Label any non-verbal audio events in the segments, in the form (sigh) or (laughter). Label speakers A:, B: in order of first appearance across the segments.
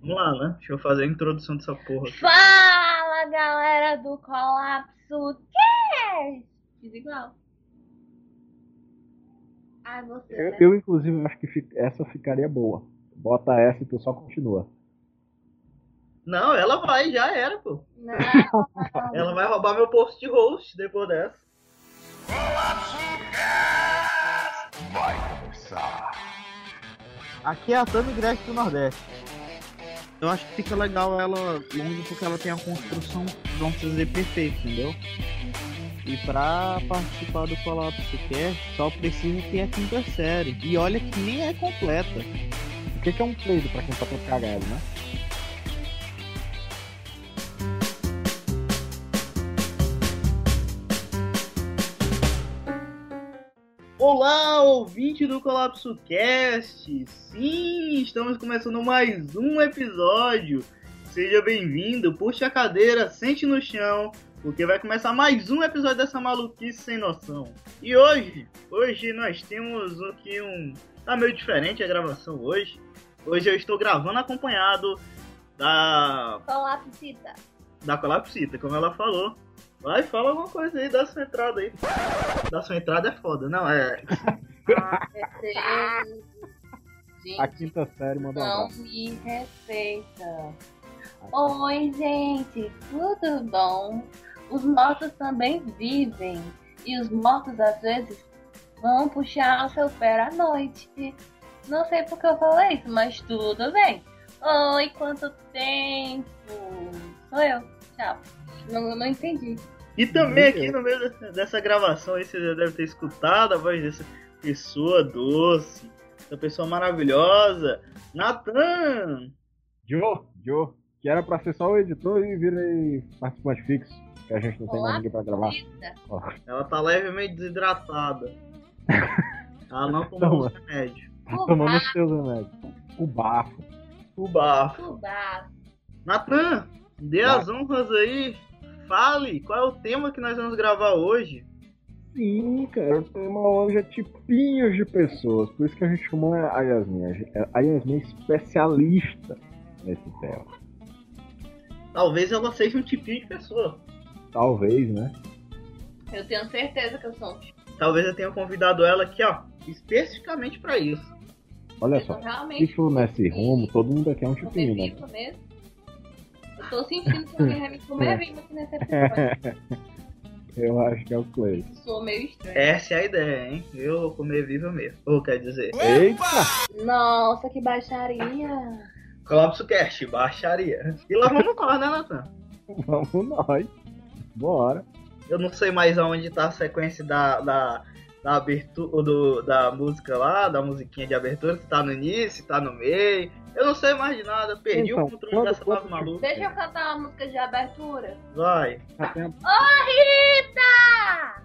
A: Vamos lá, né? Deixa eu fazer a introdução dessa porra. aqui.
B: Fala galera do Colapso Cast! Desigual. Ah, você.
C: Eu,
B: né?
C: eu, inclusive, acho que fi- essa ficaria boa. Bota essa e tu só continua.
A: Não, ela vai, já era, pô.
B: Não, é não.
A: Ela vai roubar meu post de host depois dessa.
D: Aqui é a Tami Gretchen do Nordeste. Eu acho que fica legal ela longe porque ela tem a construção, vamos dizer, perfeita, entendeu? E pra participar do Colapso Cast, só precisa ter a quinta série. E olha que nem é completa.
C: O que, que é um pleido pra quem tá todo cagado, né?
A: Olá, ouvinte do Colapso Cast! Sim, estamos começando mais um episódio. Seja bem-vindo, puxe a cadeira, sente no chão, porque vai começar mais um episódio dessa maluquice sem noção. E hoje, hoje nós temos aqui um. Tá meio diferente a gravação hoje. Hoje eu estou gravando acompanhado da.
B: Colapsita.
A: da Colapsita, como ela falou. Vai, fala alguma coisa aí, dá sua entrada aí. Dá sua entrada é foda, não, é.
B: Ah, meu (laughs) Deus. Gente,
C: A quinta série manda um
B: não
C: abraço. Ah, tá.
B: me respeita. Oi, gente, tudo bom? Os mortos também vivem. E os mortos, às vezes, vão puxar o seu pé à noite. Não sei porque eu falei isso, mas tudo bem. Oi, quanto tempo! Sou eu. Tchau. Não, não entendi.
A: E também
C: Meu
A: aqui no meio dessa, dessa gravação aí, você já deve ter escutado a voz dessa pessoa doce, essa pessoa maravilhosa, Natan!
C: Joe, Joe, que era pra ser só o editor e virei participante fixo. Que a gente não tem
B: Olá,
C: mais ninguém pra gravar.
B: Eita.
A: Ela tá levemente desidratada. Ela não
C: Não,
A: tomou os remédio.
C: Tá tomando os teus remédios. O bafo.
A: O bafo.
B: Fubá.
A: Natan, dê
C: Vai.
A: as honras aí. Fale qual é o tema que nós vamos gravar hoje.
C: Sim, cara, o tema hoje é tipinhos de pessoas. Por isso que a gente chamou a Yasmin. A gen- A Yasmin é especialista nesse tema.
A: Talvez ela seja um tipinho de pessoa.
C: Talvez, né?
B: Eu tenho certeza que eu sou um
A: Talvez eu tenha convidado ela aqui, ó, especificamente pra isso.
C: Olha
B: Eu
C: só.
B: realmente
C: Se for nesse rumo, todo mundo aqui é um tipinho, né?
B: vivo mesmo. Eu tô sentindo que alguém vai me comer vivo aqui nesse episódio.
C: Eu acho que é o Clay.
B: Sou meio estranho.
A: Essa é a ideia, hein? Eu vou comer viva mesmo. Ou quer dizer,
C: Eita!
B: Nossa, que baixaria.
A: Colapso Cast, baixaria. E lá vamos nós, né, Natan?
C: (laughs) Vamos nós. Bora.
A: Eu não sei mais aonde tá a sequência da, da, da abertura do, da música lá, da musiquinha de abertura, se tá no início, se tá no meio. Eu não sei mais de nada, perdi
C: Então,
A: o controle
C: quando-
A: dessa
C: quando-
A: nave maluca.
B: Deixa eu cantar uma música de abertura.
A: Vai.
C: Já tem a-
B: Ô, Rita!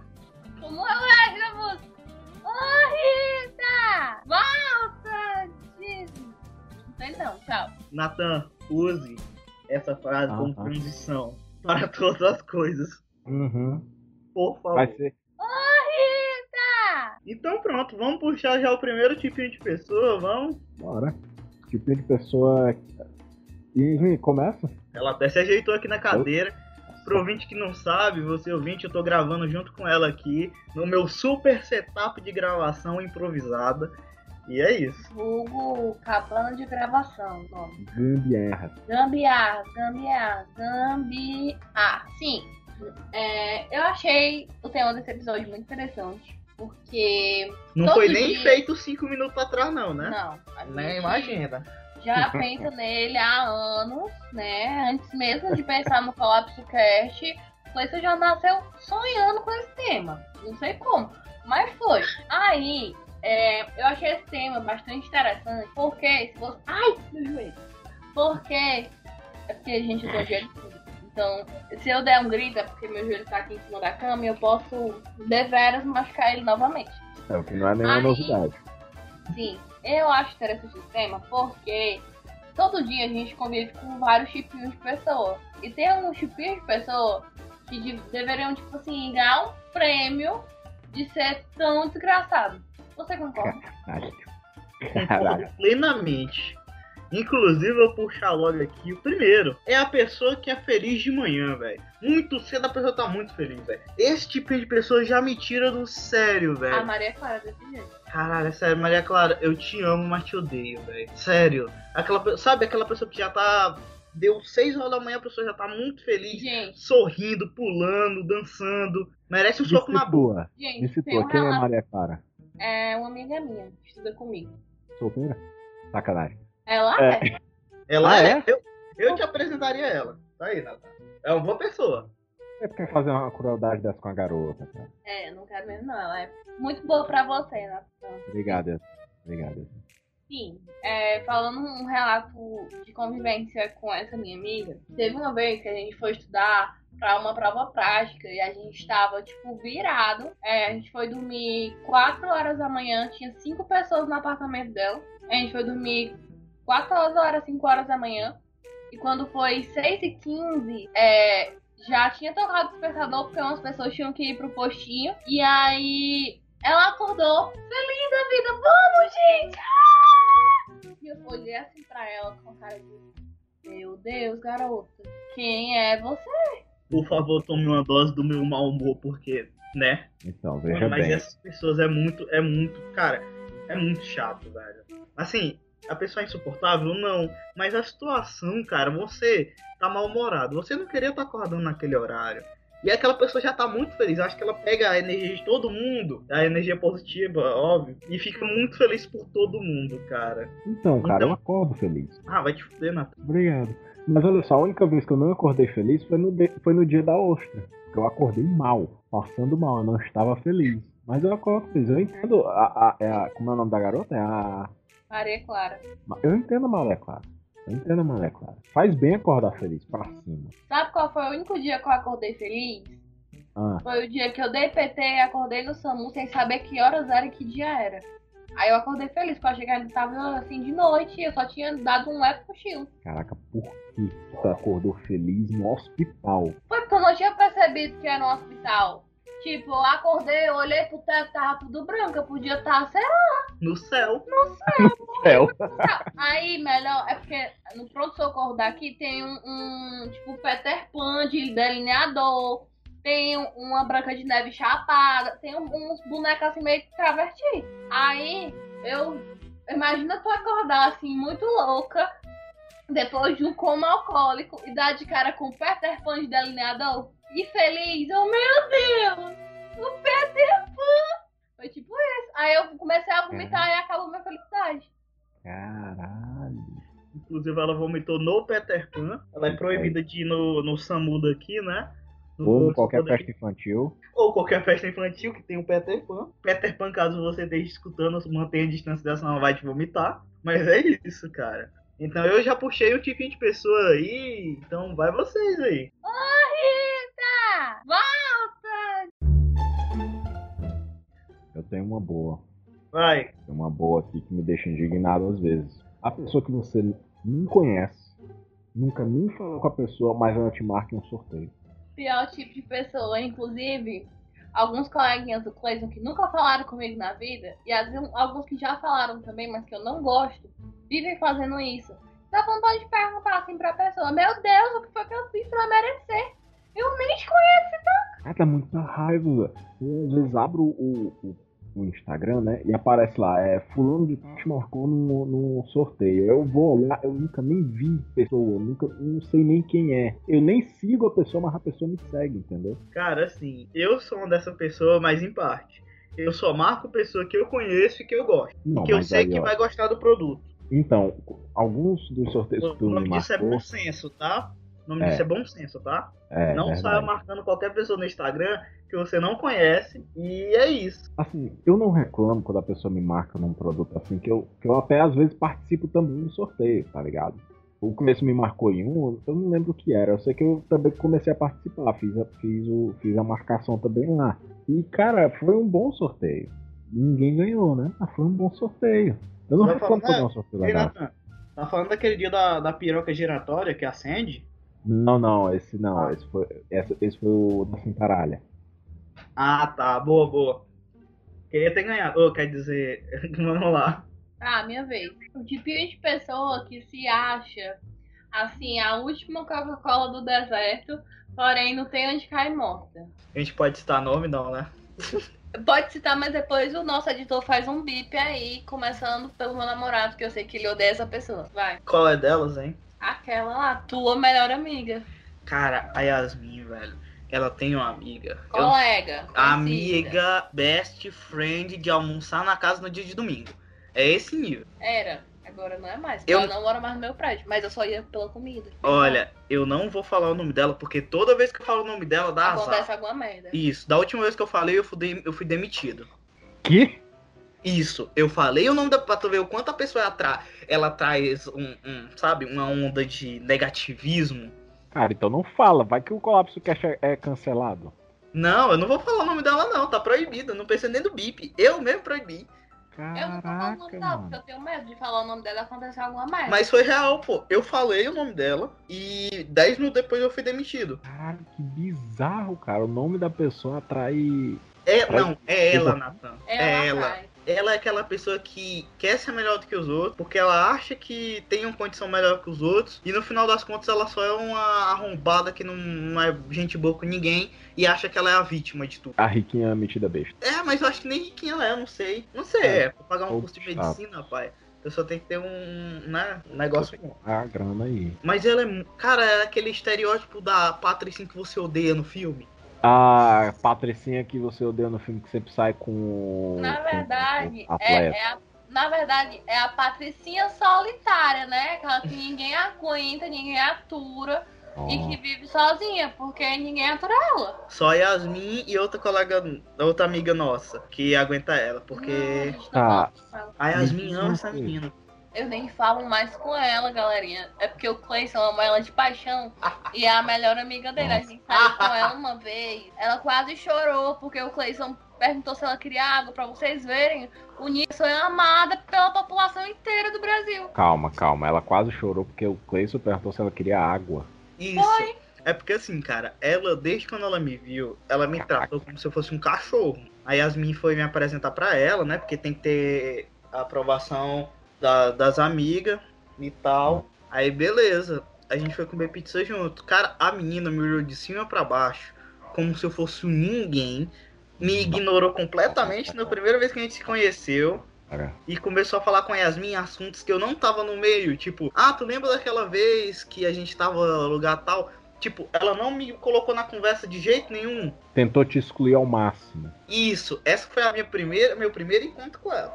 B: Como eu gosto da música? Ô, Rita! Volta! de- Não sei não, tchau.
A: Natan, use essa frase
C: Ah,
A: como
C: tá.
A: transição para todas as coisas.
C: Uhum.
A: Por favor.
C: Vai ser.
B: Ô,
A: Então pronto, vamos puxar já o primeiro tipinho de pessoa, vamos.
C: Bora. Tipinho de pessoa. é Yasmin, começa?
A: Ela até se ajeitou aqui na cadeira. Pro ouvinte que não sabe, você ouvinte, eu tô gravando junto com ela aqui no meu super setup de gravação improvisada. E é isso.
B: Rita! Vulgo cabana de gravação, nome.
C: Gambiarra.
B: Gambiarra, gambiarra, gambiarra. Sim, é, eu achei o tema desse episódio muito interessante. Porque.
A: Não
B: Todo
A: foi nem
B: dia.
A: feito cinco minutos atrás, não, né?
B: Não, a
A: Nem
B: gente
A: imagina.
B: já pensa nele há anos, né? Antes mesmo de pensar no Colapso Cast, foi você já nasceu sonhando com esse tema. Não sei como, mas foi. Aí, é, eu achei esse tema bastante interessante, porque se você. Ai, meu joelho! Porque. É porque, gente, eu tô de olho tudo. Então, se eu der um grito, é porque meu joelho tá aqui em cima da cama e eu posso deveras machucar ele novamente.
C: É o que não é nenhuma
B: Aí.
C: novidade.
B: Sim, eu acho interessante esse tema porque todo dia a gente convive com vários tipinhos de pessoa. E tem alguns tipinhos de pessoa que de- deveriam, tipo assim, ganhar um prêmio de ser tão desgraçado. Você concorda?
C: Caralho.
A: Concordo
C: Caralho.
A: plenamente. Inclusive, eu vou puxar logo aqui. O primeiro é a pessoa que é feliz de manhã, velho. Muito cedo a pessoa tá muito feliz, velho. Esse tipo de pessoa já me tira do sério,
B: A
C: É.
A: velho.
B: Maria Clara é desse jeito.
A: Caralho, é sério, Maria Clara, eu te amo, mas te odeio, velho. Sério. Aquela, pe- sabe aquela pessoa que já tá. Deu 6 horas da manhã, a pessoa já tá muito feliz,
B: Gente,
A: sorrindo, pulando, dançando. Merece um soco na boca.
C: Situa,
B: gente,
C: me
B: tem
C: situa.
B: um
C: Quem é
B: relato.
C: Maria Clara?
B: É uma amiga minha, que estuda comigo.
C: Solteira? Sacanagem.
B: Ela
C: É.
B: é.
A: Ela
D: Ah,
A: é?
D: é?
A: Eu, eu te apresentaria ela. Tá aí, Natal. É uma boa pessoa.
C: É porque fazer uma crueldade dessa com a garota, cara.
B: É, não quero mesmo, não. Ela é muito boa pra você, né?
C: Obrigado, Edson. Obrigado. Edson.
B: Sim, é, falando um relato de convivência com essa minha amiga, teve uma vez que a gente foi estudar para uma prova prática e a gente estava, tipo, virado. É, a gente foi dormir 4 horas da manhã, tinha cinco pessoas no apartamento dela. A gente foi dormir 4 horas, 5 horas da manhã. E quando foi 6 e 15, é, já tinha tocado o despertador porque umas pessoas tinham que ir pro postinho. E aí ela acordou, feliz da vida, vamos, gente! E eu olhei assim pra ela com cara de Meu Deus, garota, quem é você?
A: Por favor, tome uma dose do meu mau humor, porque, né?
C: Então, veja
A: Mas
C: bem.
A: essas pessoas é muito, é muito, cara, é muito chato, velho. Assim, a pessoa é insuportável? Não. Mas a situação, cara, você tá mal-humorado. Você não queria estar acordando naquele horário. E aquela pessoa já tá muito feliz. Acho que ela pega a energia de todo mundo, a energia positiva, óbvio, e fica muito feliz por todo mundo, cara.
C: Então, cara,
A: Então-
C: eu acordo feliz.
A: Ah, vai te fuder, Natal.
C: Obrigado. Mas olha só, a única vez que eu não acordei feliz foi no, de- foi no dia da ostra. Porque Eu acordei mal, passando mal, eu não estava feliz. Mas eu acordo feliz. Eu entendo a. a- é a- como é o nome da garota? É a.
B: Maria Clara.
C: Ma- Eu entendo a Maré Clara. Eu entendo a Maré Clara. Faz bem acordar feliz, pra cima.
B: Sabe qual foi o único dia que eu acordei feliz?
C: Ah,
B: Foi o dia que eu dei PT e acordei no SAMU sem saber que horas era e que dia era. Aí eu acordei feliz, porque eu achei que ainda tava assim de noite e eu só tinha dado um leve cochilo.
C: caraca, por que tu acordou feliz no hospital?
B: Foi porque eu não tinha percebido que era um hospital. Tipo, eu acordei, eu olhei pro teto, tava tudo branco, eu podia estar, sei lá,
A: No céu.
C: Céu.
B: Aí, melhor, é porque no pronto-socorro daqui tem um, um, tipo Peter Pan de delineador, tem um- uma branca de neve chapada, tem um- uns bonecos assim meio que travertidos. Aí eu imagina tu acordar assim, muito louca, depois de um coma alcoólico e dar de cara com Peter Pan de delineador e feliz, oh meu Deus! O Peter Pan! Foi tipo isso. Aí eu comecei a vomitar e acabou minha felicidade.
C: Caralho.
A: Inclusive, ela vomitou no Peter Pan. Ela
C: Uhum.
A: é proibida de ir no, no SAMU daqui, né? No
C: Ou
A: pronto-socorro
C: qualquer
A: daqui.
C: festa infantil.
A: Ou qualquer festa infantil que tem o Peter Pan. Peter Pan, caso você esteja escutando, mantenha a distância dessa, não vai te vomitar. Mas é isso, cara. Então eu já puxei um tipinho de pessoa aí, então vai vocês aí.
B: Rita! Vai!
C: Eu tenho uma boa.
A: Vai.
C: Tem É uma boa aqui que me deixa indignado às vezes. A pessoa que você não conhece, nunca nem falou com a pessoa, mas ela te marca em um sorteio.
B: Pior tipo de pessoa, inclusive, alguns coleguinhas do Clayson que nunca falaram comigo na vida, e às vezes um, alguns que já falaram também, mas que eu não gosto, vivem fazendo isso. Dá vontade de perguntar assim pra pessoa, meu Deus, o que foi que eu fiz pra merecer? Eu nem te conheço.
C: Ah, dá muita raiva, velho. Eu, Às vezes abro o, o- o Instagram, né? E aparece lá, é fulano de tal te marcou num, num sorteio. Eu vou olhar, eu nunca nem vi a pessoa, eu nunca não sei nem quem é. Eu nem sigo a pessoa, mas a pessoa me segue, entendeu?
A: Cara, assim, eu sou uma dessa pessoa, mas em parte. Eu só marco pessoa que eu conheço e que eu gosto.
C: Não,
A: que eu
C: mas
A: sei
C: aí,
A: que
C: ó.
A: vai gostar do produto.
C: Então, alguns dos sorteios
A: O
C: que tu me
A: nome disso é
C: marcou.
A: bom senso, tá? O nome
C: É.
A: disso é bom senso, tá?
C: É,
A: não
C: verdade.
A: saia marcando qualquer pessoa no Instagram que você não conhece. E é isso.
C: Assim, eu não reclamo quando a pessoa me marca num produto assim, que eu, que eu até às vezes participo também do sorteio, tá ligado? O começo me marcou em um, eu não lembro o que era. Eu sei que eu também comecei a participar, fiz a, fiz o, fiz a marcação também lá. E, cara, foi um bom sorteio. Ninguém ganhou, né? Mas foi um bom sorteio. Eu não
A: Vai
C: reclamo
A: falar,
C: quando é um sorteio
A: Ei,
C: legal.
A: Natan, tá falando daquele dia da, da piroca giratória que acende?
C: Não, não, esse não. Esse foi, esse, esse foi o da Cintaralha.
A: Ah, tá. Boa, boa. Queria ter ganhado. Ô, quer dizer, (laughs) vamos lá.
B: Ah, minha vez. O tipinho de pessoa que se acha, assim, a última Coca-Cola do deserto, porém não tem onde cair morta.
A: A gente pode citar nome, não, né?
B: Pode citar, mas depois o nosso editor faz um bip aí, começando pelo meu namorado, que eu sei que ele odeia essa pessoa. Vai.
A: Qual é delas, hein?
B: Aquela lá, tua melhor amiga.
A: Cara, a Yasmin, velho. Ela tem uma amiga. Eu-
B: Colega. conhecida.
A: Amiga, best friend de almoçar na casa no dia de domingo. É esse nível.
B: Era. Agora não é mais.
A: Eu-
B: Ela não mora mais no meu prédio, mas eu só ia pela comida.
A: Olha, eu não vou falar o nome dela, porque toda vez que eu falo o nome dela, dá
B: Acontece
A: azar.
B: alguma merda.
A: Isso, da última vez que eu falei, eu fui, dem- eu fui demitido.
C: Que?
A: Isso, eu falei o nome da. pra tu ver o quanto a pessoa atra... ela traz um, um, sabe, uma onda de negativismo.
C: Cara, então não fala. Vai que o colapso cash é- é cancelado.
A: Não, eu não vou falar o nome dela, não, tá proibido. eu Não pensei nem no bip. Eu mesmo proibi.
B: Eu não vou falar o nome dela,
C: Caraca,
B: porque
C: mano.
B: eu tenho medo de falar o nome dela e acontecer alguma merda.
A: Mas foi real, pô. Eu falei o nome dela e 10 minutos depois eu fui demitido.
C: Caralho, que bizarro, cara. O nome da pessoa atrai.
A: É,
C: Ai,
A: não, é ela,
C: desculpa.
A: Natan.
B: Ela
A: É ela.
B: vai.
A: Ela é aquela pessoa que quer ser melhor do que os outros, porque ela acha que tem uma condição melhor que os outros, e no final das contas ela só é uma arrombada que não- não é gente boa com ninguém e acha que ela é a vítima de tudo.
C: A riquinha metida besta.
A: É, mas eu acho que nem riquinha ela é, eu não sei. Não sei,
C: É.
A: é, pra pagar um
C: Ou
A: curso de
C: chato.
A: medicina, pai. Eu só tenho que ter um, né, um negócio bom.
C: A grana aí.
A: Mas ela é. mu- Cara, é aquele estereótipo da Patricinha que você odeia no filme.
C: A patricinha que você odeia no filme que sempre sai com.
B: Na
C: com-
B: verdade, é,
C: com atleta.
B: é a, na verdade, é a patricinha solitária, né? Aquela que ninguém aguenta, ninguém atura e que vive sozinha, porque ninguém atura ela.
A: Só Yasmin e outra colega, outra amiga nossa, que aguenta ela,
B: Não, a
A: porque.
B: gente não
C: Tá.
B: gosta com ela.
A: A Yasmin ama
C: Uhum.
A: essa menina.
B: Eu nem falo mais com ela, galerinha. É porque o Cleison ama ela é de paixão e é a melhor amiga dele. A gente saiu com ela uma vez. Ela quase chorou porque o Cleison perguntou se ela queria água. Pra vocês verem, o Nilson é amada pela população inteira do Brasil.
C: Calma, calma. Ela quase chorou porque o Cleison perguntou se ela queria água.
A: Isso.
B: Foi.
A: É porque assim, cara, ela, desde quando ela me viu, ela me
C: Caraca.
A: tratou como se eu fosse um cachorro. A Yasmin foi me apresentar pra ela, né? Porque tem que ter a aprovação da- das amigas e tal. Aí, beleza. A gente foi comer pizza junto. Cara, a menina me olhou de cima pra baixo, como se eu fosse um ninguém. Me ignorou completamente na primeira vez que a gente se conheceu.
C: Cara,
A: E começou a falar com a Yasmin assuntos que eu não tava no meio. Tipo, ah, tu lembra daquela vez que a gente tava no lugar tal? Tipo, ela não me colocou na conversa de jeito nenhum.
C: Tentou te excluir ao máximo.
A: Isso, essa foi a minha primeira, meu primeiro encontro com ela.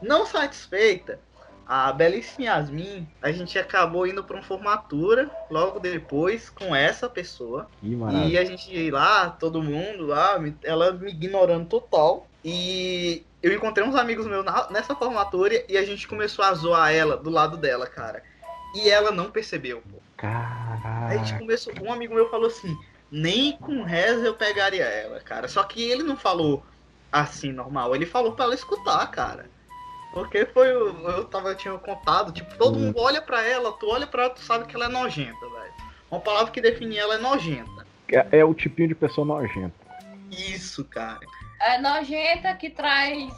A: Não satisfeita, a belíssima Yasmin, a gente acabou indo pra uma formatura logo depois com essa pessoa.
C: Que
A: E
C: maravilha.
A: a gente ia lá, todo mundo lá, me- ela me ignorando total. E eu encontrei uns amigos meus na- nessa formatura e a gente começou a zoar ela do lado dela, cara. E ela não percebeu, pô. A gente
C: Caraca.
A: começou, um amigo meu falou assim: nem com reza eu pegaria ela, cara. Só que ele não falou assim normal, ele falou pra ela escutar, cara. Porque foi o- eu tava eu tinha contado, tipo, todo
C: Hum.
A: mundo olha pra ela, tu olha pra ela, tu sabe que ela é nojenta, velho. Uma palavra que define ela é nojenta.
C: É, é o tipinho de pessoa nojenta.
A: Isso, cara.
B: É nojenta que traz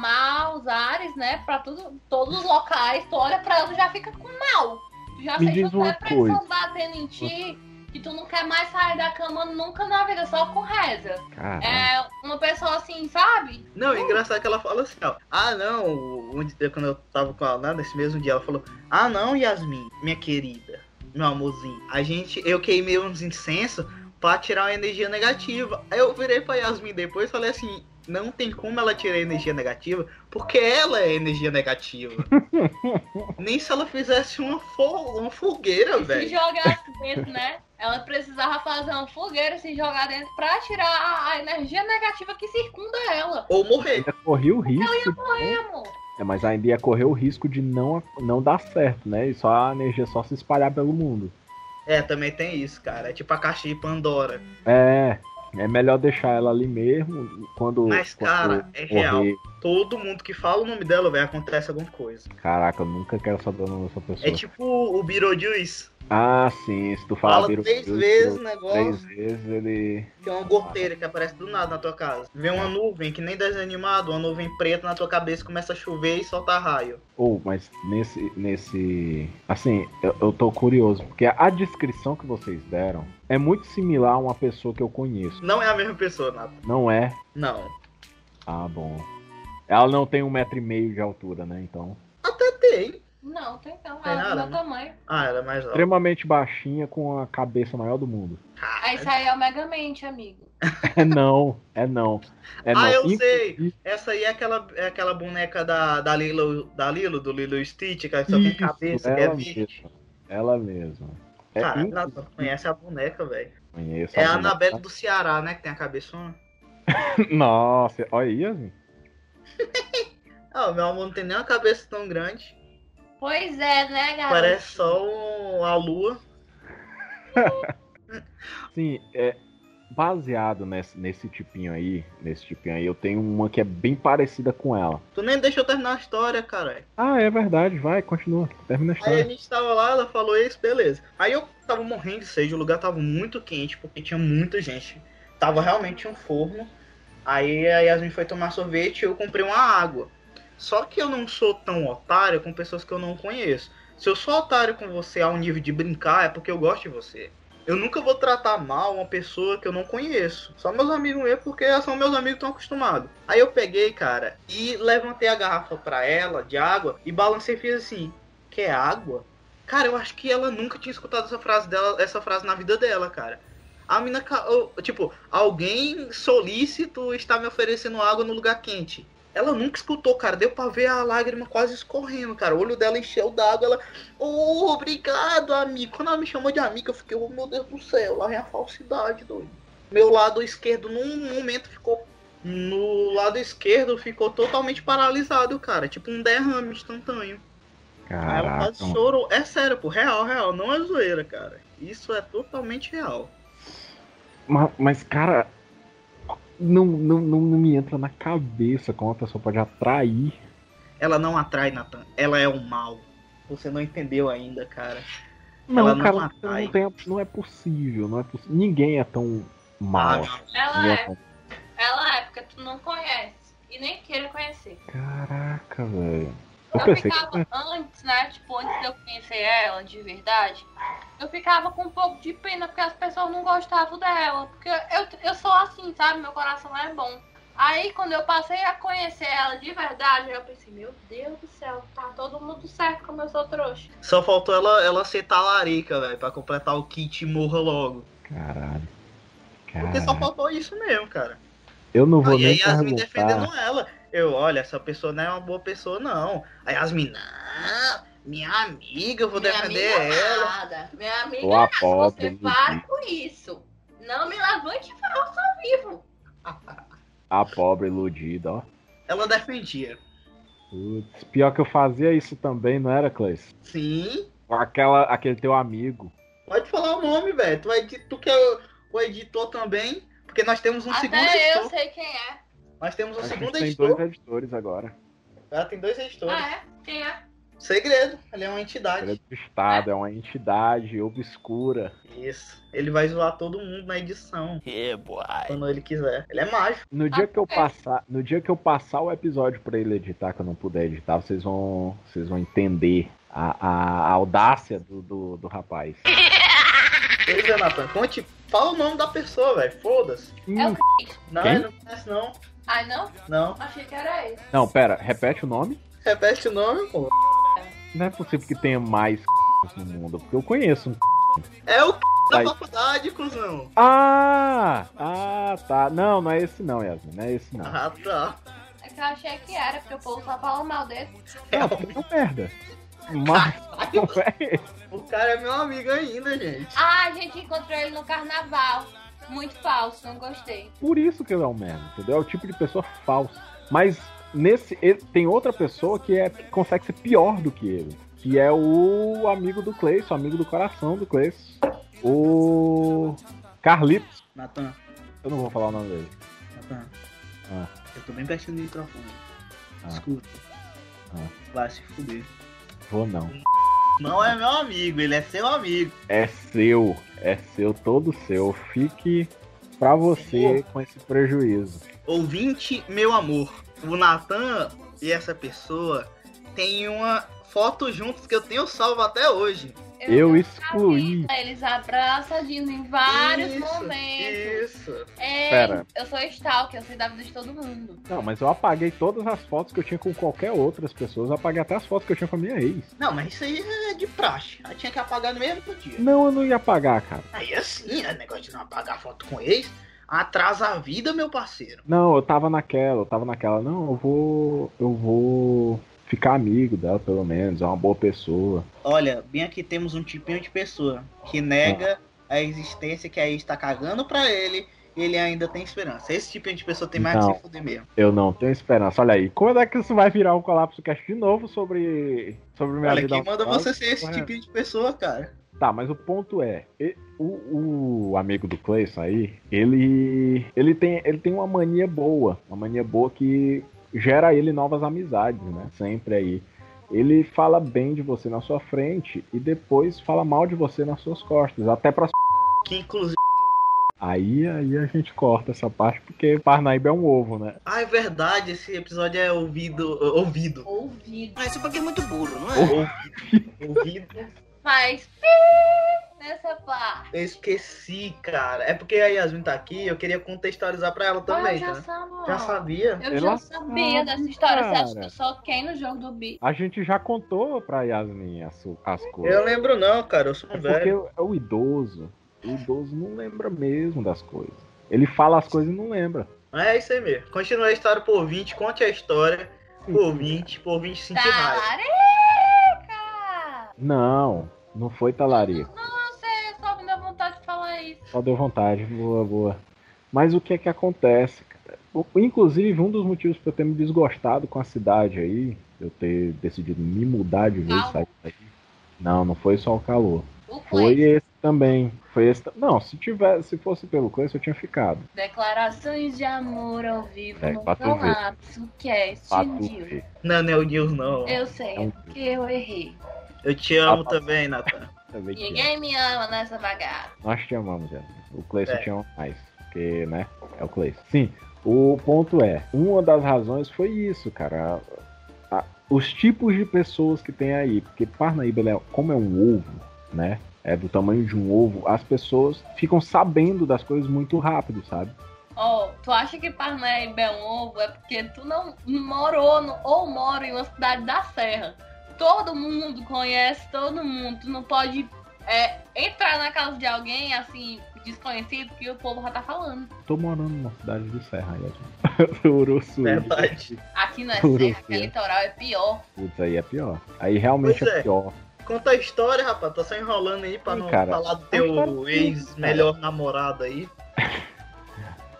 B: maus ares, né? Pra tudo, todos os locais. Tu olha pra ela e já fica com mal. Tu já
C: Me
B: sente
C: diz uma
B: uma pressão
C: coisa.
B: batendo em ti. Que tu não quer mais sair da cama nunca na vida, só com reza.
C: Caraca.
B: É uma pessoa assim, sabe?
A: Não, o engraçado é que ela fala assim, ó. Ah, não, o- onde, quando eu tava com ela, né, nesse mesmo dia, ela falou: Ah, não, Yasmin, minha querida, meu amorzinho, a gente, eu queimei uns incensos pra tirar uma energia negativa. Aí eu virei pra Yasmin depois e falei assim: Não tem como ela tirar energia negativa, porque ela é energia negativa. Nem se ela fizesse uma, fo- uma fogueira,
B: Se
A: velho.
B: jogasse dentro, né? Ela precisava fazer uma fogueira, se jogar dentro pra tirar a- a energia negativa que circunda ela.
A: Ou morrer.
C: Ainda corria o risco.
B: Ai,
C: né?
B: amor.
C: É, mas ainda ia correr o risco de não, não dar certo, né? E só a energia só se espalhar pelo mundo.
A: É, também tem isso, cara. É tipo a caixa de Pandora.
C: É, é melhor deixar ela ali mesmo quando.
A: Mas,
C: quando
A: cara, é real. Todo mundo que fala o nome dela, velho, acontece alguma coisa.
C: Caraca, eu nunca quero saber o nome dessa pessoa.
A: É tipo o Beetlejuice.
C: Ah, sim, se tu falar
A: Fala
C: Biru-
A: três
C: Biru-
A: vezes o
C: Biru-
A: negócio.
C: Três vezes ele.
A: Que é uma goteira que aparece do nada na tua casa. Vem
C: É.
A: uma nuvem, que nem desenho animado, uma nuvem preta na tua cabeça, começa a chover e solta raio.
C: Ou, mas nesse. nesse. Assim, eu, eu tô curioso, porque a descrição que vocês deram é muito similar a uma pessoa que eu conheço.
A: Não é a mesma pessoa, Nata.
C: Não é?
A: Não.
C: Ah, bom. Ela não tem um metro e meio de altura, né? Então.
A: Até tem.
B: Não, tem não.
A: Tem
B: Ela é
A: nada,
B: do meu
A: né?
B: tamanho.
A: Ah, era mais alta.
C: Extremamente baixinha com a cabeça maior do mundo. (laughs)
A: É.
B: Aí saiu o Megamente, amigo.
C: É não, é não. É
A: Ah,
C: não.
A: eu
C: Inclu-
A: sei. Essa aí é aquela, é aquela boneca da, da, Lilo, da Lilo, do Lilo Stitch, que só tem
C: Isso,
A: cabeça, que é
C: ela
A: verde.
C: mesma. Ela mesma. É,
A: Cara,
C: inclu-
A: Nata, conhece a boneca, velho.
C: conheço
A: É a
C: boneca.
A: Anabelle do Ceará, né? Que tem a cabeçona.
C: (laughs) Nossa, olha aí, assim. Yasmin.
A: Ah, o meu amor não tem nem uma cabeça tão grande.
B: Pois é, né, galera?
A: Parece só um- a lua.
C: Sim, é baseado nesse, nesse tipinho aí, nesse tipinho aí, eu tenho uma que é bem parecida com ela.
A: Tu nem deixou eu terminar a história, caralho.
C: Ah, é verdade, vai, continua, termina a
A: Aí a
C: história.
A: gente tava lá, ela falou isso, beleza. Aí eu tava morrendo de sede, o lugar tava muito quente, porque tinha muita gente. Tava realmente um forno. Aí a Yasmin foi tomar sorvete e eu comprei uma água. Só que eu não sou tão otário com pessoas que eu não conheço. Se eu sou otário com você ao nível de brincar, é porque eu gosto de você. Eu nunca vou tratar mal uma pessoa que eu não conheço. Só meus amigos mesmo, porque são meus amigos que estão acostumados. Aí eu peguei, cara, e levantei a garrafa pra ela de água e balancei e fiz assim: Quer água? Cara, eu acho que ela nunca tinha escutado essa frase dela, essa frase na vida dela, cara. A mina, ca- ô, tipo, alguém solícito está me oferecendo água no lugar quente. Ela nunca escutou, cara. Deu pra ver a lágrima quase escorrendo, cara. O olho dela encheu d'água. Ela, ô, obrigado, amigo. Quando ela me chamou de amiga, eu fiquei, oh, meu Deus do céu, lá vem a falsidade, doido. Meu lado esquerdo, num momento, ficou. No lado esquerdo, ficou totalmente paralisado, cara. Tipo um derrame instantâneo. Aí Ela
C: Caraca,
A: quase chorou. É sério, pô, real, real, não é zoeira, cara. Isso é totalmente real.
C: mas, mas cara, não, não, não, não me entra na cabeça como uma pessoa pode atrair.
A: Ela não atrai, Nathan. Ela é o mal. Você não entendeu ainda, cara.
C: Não,
A: Ela não
C: cara,
A: atrai.
C: não, tem- não é possível, não é possível. Ninguém é tão mal.
A: Ah,
B: Ela
C: Ninguém é
B: é,
C: tão-
B: ela é, porque tu não conhece. E nem queira conhecer.
C: Caraca, velho. Eu
B: Eu
C: pensei
B: ficava
C: que.
B: antes, né? Tipo, antes de eu conhecer ela de verdade, eu ficava com um pouco de pena porque as pessoas não gostavam dela. Porque eu, eu sou assim, sabe? Meu coração é bom. Aí quando eu passei a conhecer ela de verdade, eu pensei, meu Deus do céu, tá todo mundo certo como eu sou trouxa.
A: Só faltou ela, ela ser talarica, velho, pra completar o kit e morra logo.
C: Caralho.
A: Porque só
C: Caralho.
A: faltou isso mesmo, cara.
C: Eu não vou
A: e a
C: nem
A: Yasmin
C: perguntar.
A: defendendo ela. Eu, olha, essa pessoa não é uma boa pessoa, não. A Yasmin, não, "Ah, minha amiga, eu vou defender
B: amiga
A: ela.
B: amada, minha amiga,
C: Tô a
B: você
C: pobre,
B: para com isso. Não me levante e fala ao vivo.
C: a pobre iludida, ó.
A: Ela defendia.
C: Putz, pior que eu fazia isso também, não era, Cleis?
A: Sim.
C: Com aquela, aquele teu amigo.
A: Pode falar o nome, velho. Tu, é edi- tu que é o editor também. Porque nós temos um segundo
B: Até eu
A: editor.
B: sei quem é.
A: Nós temos um
C: A gente
A: segundo
C: tem
A: editor.
C: dois editores agora.
A: Ela tem dois editores.
B: Ah, é? Quem é?
A: Segredo. Ele é uma
C: Ele é
A: entidade.
C: do Estado, é uma entidade obscura.
A: Isso. Ele vai zoar todo mundo na edição.
D: Yeah, boy.
A: Quando ele quiser. Ele é mágico.
C: No dia que eu passar, no dia que eu passar o episódio pra ele editar, que eu não puder editar, vocês vão, vocês vão entender a, a, a audácia do, do, do rapaz.
A: Pois é, Nathan. Conte. Fala o nome da pessoa, velho. Foda-se.
B: o-
A: Não,
C: Quem?
A: ele não conhece, não.
B: Ai, não?
A: Não.
B: Achei que era ele.
C: Não, pera, repete o nome.
A: Repete o nome, pô.
C: Não é possível que tenha mais no mundo, porque eu conheço um.
A: É o c... da
C: Vai.
A: faculdade, cuzão.
C: Ah! Ah, tá. Não, não é esse não, Yasmin, não é esse não.
A: Ah, tá.
B: É que eu achei que era, porque o povo só fala mal desse.
A: (laughs)
C: Ah, puta merda. Mas
A: Ah.
C: não (laughs) é esse.
A: O cara é meu amigo ainda, gente.
B: Ah, a gente encontrou ele no carnaval. Muito falso, não gostei.
C: Por isso que ele é um merda, entendeu? É o tipo de pessoa falsa. Mas nesse ele- tem outra pessoa que é que consegue ser pior do que ele, que é o amigo do Cleiton, o amigo do coração do Cleiton, o Carlitos.
A: Nathan,
C: Eu não vou falar o nome dele.
A: Nathan.
C: Ah.
A: Eu tô bem pertinho do microfone.
C: Ah.
A: Desculpa.
C: Ah.
A: Vai se fuder.
C: Vou não.
A: Não é meu amigo, ele é seu amigo.
C: É seu, é seu, todo seu. Fique pra você com esse prejuízo.
A: Ouvinte, meu amor. O Natan e essa pessoa tem uma foto juntos que eu tenho salvo até hoje.
C: Eu
B: Sabia,
C: excluí.
B: Eles abraçadinhos em vários
A: Isso,
B: momentos.
A: Isso.
B: É,
C: Pera.
B: eu sou stalker, eu sei da vida de todo mundo.
C: Não, mas eu apaguei todas as fotos que eu tinha com qualquer outras pessoas. Eu Apaguei até as fotos que eu tinha com a minha ex.
A: Não, mas isso aí é de praxe. Aí tinha que apagar no mesmo dia.
C: Não, eu não ia apagar, cara.
A: Aí assim, né? Negócio de não apagar foto com ex. Atrasa a vida, meu parceiro.
C: Não, eu tava naquela, eu tava naquela. Não, eu vou. Eu vou ficar amigo dela, pelo menos. É uma boa pessoa.
A: Olha, bem aqui temos um tipinho de pessoa que nega a existência que a ex tá cagando pra ele e ele ainda tem esperança. Esse tipinho de pessoa tem mais que
C: Não.
A: se fuder mesmo.
C: Eu não tenho esperança. Olha aí, quando é que isso vai virar um colapso cast de novo sobre. Sobre minha
A: Olha,
C: vida é?
A: quem manda
C: amorosa?
A: você ser esse tipo
C: Porra.
A: tipinho de pessoa, cara?
C: Tá, mas o ponto é, e- o, o amigo do Clayson aí, ele ele tem ele tem uma mania boa, uma mania boa que gera a ele novas amizades, né? Sempre aí. Ele fala bem de você na sua frente e depois fala mal de você nas suas costas, até para
A: Que inclusive.
C: Aí aí a gente corta essa parte porque Parnaíba é um ovo, né?
A: Ah, é verdade, esse episódio é ouvido. Ouvido.
B: Ouvido.
E: Ah, isso porque é muito burro, não é?
A: Ouvido. ouvido.
B: Mas nessa parte.
A: Eu esqueci, cara. É porque a Yasmin tá aqui eu queria contextualizar pra ela
B: Ah, eu
A: também,
B: já,
A: tá?
B: sabia.
A: Já sabia?
B: Eu
C: Sei
B: já
C: lá.
B: sabia
C: Ah,
B: dessa história. Você acha que
C: cara.
B: eu só quem no jogo do bicho?
C: A gente já contou pra Yasmin as, su- as coisas.
A: Eu lembro não, cara. Eu sou
C: É
A: um
C: porque
A: velho.
C: o- é o idoso. O idoso não lembra mesmo das coisas. Ele fala as coisas e não lembra.
A: Mas é isso aí mesmo. Continua a história pro ouvinte, conte a história
C: Sim.
A: pro ouvinte, pro ouvinte
B: Tá,
A: sentir raiva.
B: Talarica!
C: Não, não foi talaria.
B: Não sei, é só me deu vontade de falar isso.
C: Só deu vontade, boa, boa. Mas o que é que acontece? cara? O- Inclusive, um dos motivos pra eu ter me desgostado com a cidade aí, eu ter decidido me mudar de vez,
B: Calor.
C: sair daí. Não, não foi só o calor.
B: O
C: Foi
B: Clay.
C: esse também. Foi esse. ta- Não, se tivesse, se fosse pelo Cleiton, eu tinha ficado.
B: Declarações de amor ao vivo
C: É,
B: no
C: pra tu ver.
B: Colapso Cast
C: Pra tu
B: News.
C: ver.
A: Não, não é o News, não.
B: Eu sei, é porque eu errei.
A: Eu te amo
C: Ah, tá.
A: também, Natan.
C: Pra ver que é.
B: Ninguém me ama nessa bagaça.
C: Nós te amamos, Jéssica. O Cleison
A: É.
C: te ama mais. Porque, né? É o Cleison. Sim, o ponto é: uma das razões foi isso, cara. A- a- os tipos de pessoas que tem aí. Porque Parnaíba, ele é- como é um ovo, né? É do tamanho de um ovo. As pessoas ficam sabendo das coisas muito rápido, sabe?
B: Ó, tu acha que Parnaíba é um ovo? É porque tu não morou no- ou mora em uma cidade da serra. Todo mundo conhece todo mundo. Tu não pode é, entrar na casa de alguém, assim, desconhecido, que o povo já tá falando.
C: Tô morando numa cidade de serra, (laughs) Jéssica. Uruçu.
A: É Verdade.
B: Aqui não é
C: Puro
B: serra, aqui é
C: fio.
B: litoral, é pior.
C: Putz, aí é pior. Aí realmente
A: Pois
C: é.
A: é.
C: pior.
A: Conta a história, rapaz. Tá só enrolando aí pra
C: Ih,
A: não
C: cara.
A: falar do
C: Eu quero
A: teu
C: sim, cara.
A: ex-melhor namorado aí.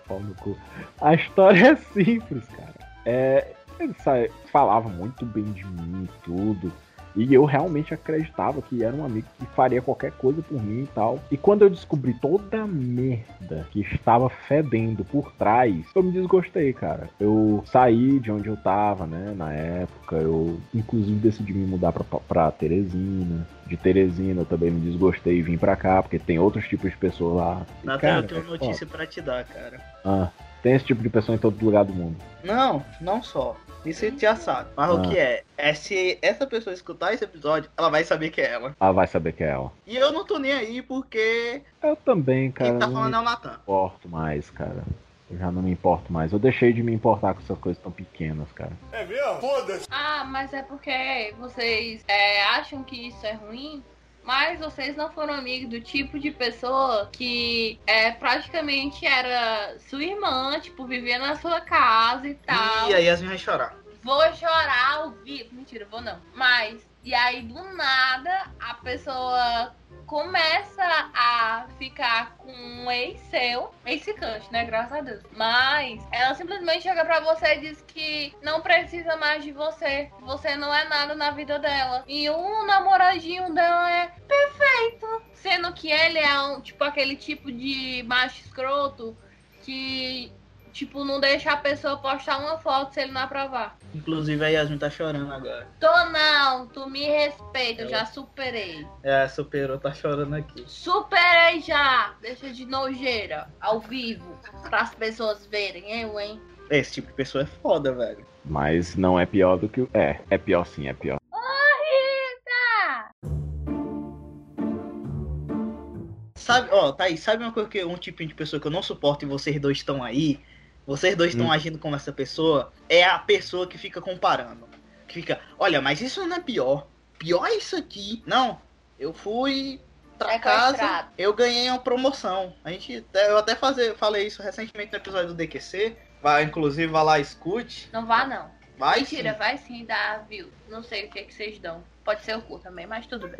C: Pau no cu. A história é simples, cara. É, ele sa- falava muito bem de mim e tudo. E eu realmente acreditava que era um amigo que faria qualquer coisa por mim e tal. E quando eu descobri toda a merda que estava fedendo por trás, eu me desgostei, cara. Eu saí de onde eu tava, né, na época. Eu, inclusive, decidi me mudar pra, pra Teresina. De Teresina eu também me desgostei e vim pra cá, porque tem outros tipos de pessoas lá. E,
A: Natan,
C: cara,
A: eu tenho
C: é
A: uma notícia pra te dar, cara.
C: ah, tem esse tipo de pessoa em todo lugar do mundo.
A: Não, não só. Isso você já sabe. Mas o
C: Ah.
A: que é? É se essa pessoa escutar esse episódio, ela vai saber que é ela.
C: Ela vai saber que é ela.
A: E eu não tô nem aí porque
C: Eu também, cara.
A: quem tá
C: não
A: falando
C: me
A: é o Natan.
C: importo mais, cara. Eu já não me importo mais. Eu deixei de me importar com essas coisas tão pequenas, cara.
B: Ah, mas é porque vocês é, acham que isso é ruim, mas vocês não foram amigos do tipo de pessoa que é, praticamente era sua irmã, tipo, vivia na sua casa e tal.
A: E aí Yasmin vai chorar.
B: Vou chorar ao vivo. Mentira, vou não. Mas, e aí do nada, a pessoa começa a ficar com um ex seu, ex-ficante, né? Graças a Deus. Mas ela simplesmente chega pra você e diz que não precisa mais de você. Você não é nada na vida dela. E o namoradinho dela é perfeito. Sendo que ele é um, tipo aquele tipo de macho escroto que Tipo, não deixa a pessoa postar uma foto se ele não aprovar.
A: Inclusive a Yasmin tá chorando agora.
B: Tô não, tu me respeita, eu já superei.
A: É, superou, tá chorando aqui.
B: Superei já! Deixa de nojeira, ao vivo, pras pessoas verem, eu, hein?
A: Esse tipo de pessoa é foda, velho.
C: Mas não é pior do que o. É, é pior sim, é pior.
A: Sabe, ó, Thaís, sabe uma coisa que um tipo de pessoa que eu não suporto e vocês dois estão aí? Vocês dois estão
C: Hum.
A: agindo como essa pessoa? É a pessoa que fica comparando. Que fica, olha, mas isso não é pior. Pior é isso aqui. Não, eu fui pra
B: Sequestrado.
A: casa, eu ganhei uma promoção. A gente, até- eu até fazer, falei isso recentemente no episódio do DQC. Vai, inclusive, vai lá, escute.
B: Não vá não.
A: Vai,
B: Mentira,
A: sim.
B: vai sim dar view. Não sei o que, que vocês dão. Pode ser o cu também, mas tudo bem.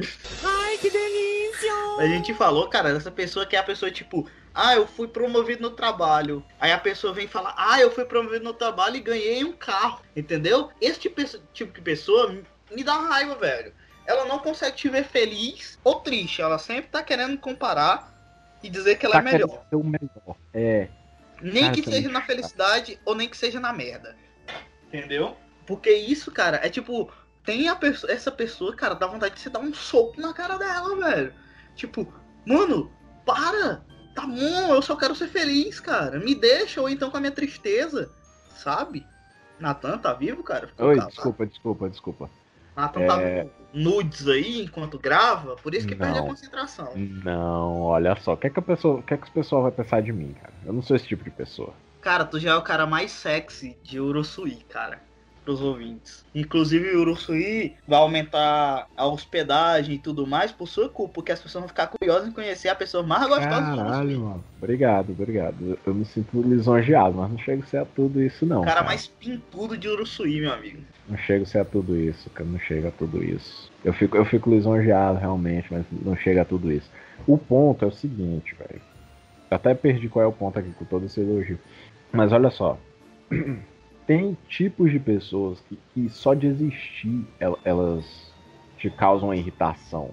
A: A gente falou, cara, dessa pessoa que é a pessoa tipo, ah, eu fui promovido no trabalho. Aí a pessoa vem falar, ah, eu fui promovido no trabalho e ganhei um carro, entendeu? Esse tipo, de pesso- tipo de pessoa me- me dá raiva, velho. Ela não consegue te ver feliz ou triste, ela sempre tá querendo comparar e dizer que ela
C: Tá
A: é melhor.
C: querendo ser o melhor. É,
A: Nem
C: Cara,
A: que
C: tá
A: seja
C: muito
A: na felicidade ou nem que seja na merda. Entendeu? Porque isso, cara, é tipo, tem a pessoa, essa pessoa, cara, dá vontade de você dar um soco na cara dela, velho. Tipo, mano, para! Tá bom, eu só quero ser feliz, cara. Me deixa, ou então com a minha tristeza, sabe? Natan tá vivo, cara? Ficou
C: Oi,
A: calado.
C: desculpa, desculpa, desculpa.
A: Natan
C: É.
A: tá vendo nudes aí enquanto grava, por isso que perde a
C: Não.
A: concentração.
C: Não, olha só, o que é que a pessoa, o que é que o pessoal vai pensar de mim, cara? Eu não sou esse tipo de pessoa.
A: Cara, tu já é o cara mais sexy de Uruçuí, cara. Pros ouvintes. Inclusive, Uruçuí vai aumentar a hospedagem e tudo mais por sua culpa, porque as pessoas vão ficar curiosas em conhecer a pessoa mais gostosa de Uruçuí.
C: Caralho, mano. Obrigado, obrigado. Eu- Eu me sinto lisonjeado, mas não chego a ser a tudo isso, não.
A: O cara mais pintudo de Uruçuí, meu amigo.
C: Não chego a ser a tudo isso, cara. Não chega a tudo isso. Eu fico, eu fico lisonjeado realmente, mas não chega a tudo isso. O ponto é o seguinte, velho. Eu até perdi qual é o ponto aqui com todo esse elogio. Mas olha só. (clears throat) Tem tipos de pessoas que, que só de existir el- elas te causam uma irritação.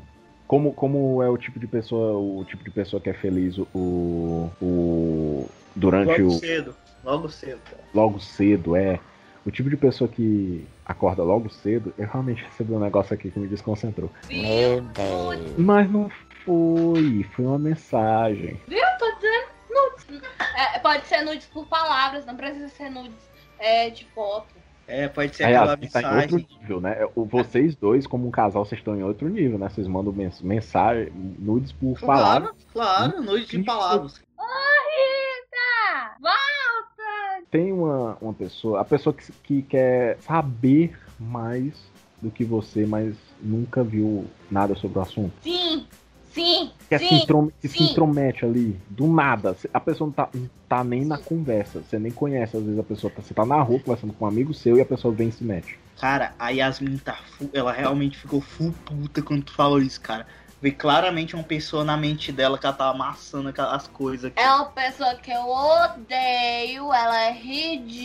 C: Como, como é o tipo de pessoa, o tipo de pessoa que é feliz o, o durante
A: Logo
C: o,
A: cedo. Logo cedo, cara.
C: logo cedo, é. O tipo de pessoa que acorda logo cedo, eu realmente recebi um negócio aqui que me desconcentrou.
B: Viu? Nudes.
C: Mas não foi, foi uma mensagem.
B: Viu? Tô dizendo nudes. É, pode ser nudes por palavras, não precisa ser nudes é, de foto.
A: É, pode ser
C: Aí,
A: aquela
C: ó, tá em outro
A: mensagem.
C: nível, né? O- Vocês dois, como um casal, vocês estão em outro nível, né? Vocês mandam mens- mensagem, nudes por palavra. Hum,
A: Claro, claro, noite de palavras.
B: Ah, vai.
C: Tem uma, uma pessoa, a pessoa que, que quer saber mais do que você, mas nunca viu nada sobre o assunto.
B: Sim, sim,
C: que se,
B: sim.
C: introm- que se
B: sim.
C: intromete ali, do nada. Cê- A pessoa não tá, não tá nem na conversa, você nem conhece. Às vezes a pessoa tá, você tá na rua conversando com um amigo seu e a pessoa vem e se mete.
A: Cara, a Yasmin tá fu ela realmente ficou full puta quando tu falou isso, cara. Vê claramente uma pessoa na mente dela que ela tá amassando aquela- as coisas aqui.
B: É uma pessoa que eu odeio, ela é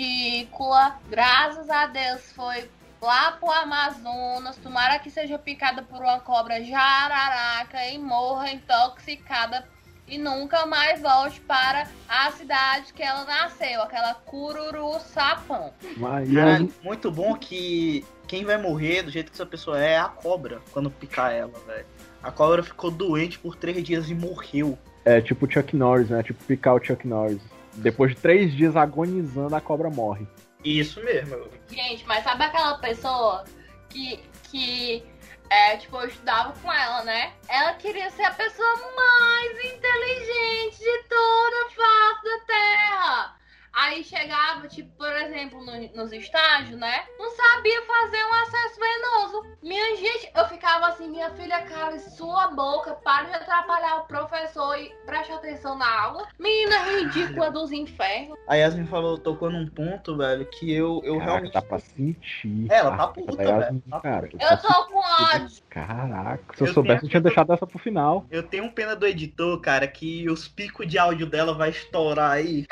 B: ridícula. Graças a Deus foi lá pro Amazonas. Tomara que seja picada por uma cobra jararaca e morra intoxicada e nunca mais volte para a cidade que ela nasceu, aquela cururu sapão.
C: Mas
A: Caralho, muito bom que quem vai morrer do jeito que essa pessoa é é a cobra quando picar ela, velho. A cobra ficou doente por três dias e morreu.
C: é tipo Chuck Norris, né? Tipo picar o Chuck Norris. Depois de três dias agonizando, a cobra morre.
A: Isso mesmo.
B: Gente, mas sabe aquela pessoa que, que é, tipo, eu estudava com ela, né? Ela queria ser a pessoa mais inteligente de toda a face da Terra. Aí chegava, tipo, por exemplo, no- nos estágios, né? Não sabia fazer um acesso venoso. Minha gente, eu ficava assim, minha filha, cala sua boca, para de atrapalhar o professor e preste atenção na aula. Menina é ridícula dos infernos.
A: A Yasmin falou, tocou num ponto, velho, que eu, eu
C: Caraca, tá
A: realmente.
C: dá pra sentir.
A: Ela
C: a
A: tá
C: raiva
A: puta,
C: da
A: velho,
C: Yasmin,
A: tá
C: cara.
B: Eu tô com ódio.
C: Caraca, se eu,
A: Eu
C: soubesse,
A: tenho-
C: eu tinha deixado essa pro final.
A: Eu tenho pena do editor, cara, que os picos de áudio dela vai estourar aí.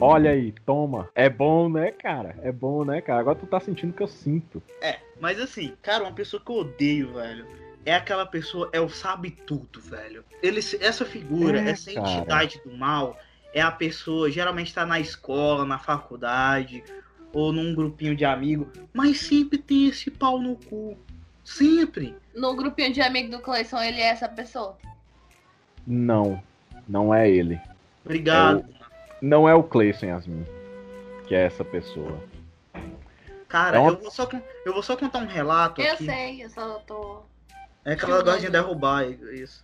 C: Olha aí, toma. É bom, né, cara? É bom, né, cara? Agora tu tá sentindo o que eu sinto.
A: É, mas assim, cara, uma pessoa que eu odeio, velho, é aquela pessoa, é o sabe tudo, velho. Ele, se- essa figura,
C: É,
A: essa
C: cara.
A: entidade do mal, é a pessoa, geralmente está na escola, na faculdade, ou num grupinho de amigo, mas sempre tem esse pau no cu. Sempre.
B: No grupinho de amigo do Cleison, ele é essa pessoa.
C: Não, não é ele.
A: Obrigado.
C: Não é o Cleison Yasmin, que é essa pessoa.
A: Cara,
C: Não.
A: eu vou, só, con- eu vou só contar um relato
B: Eu
A: aqui.
B: sei, eu só tô.
A: É que ela gosta de derrubar é isso.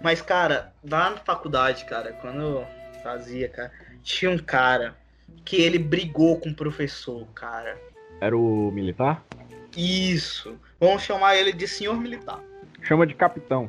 A: Mas, cara, na faculdade, cara, quando eu fazia, cara, tinha um cara que ele brigou com o professor, cara.
C: Era o militar?
A: Isso. Vamos chamar ele de senhor militar.
C: Chama de capitão.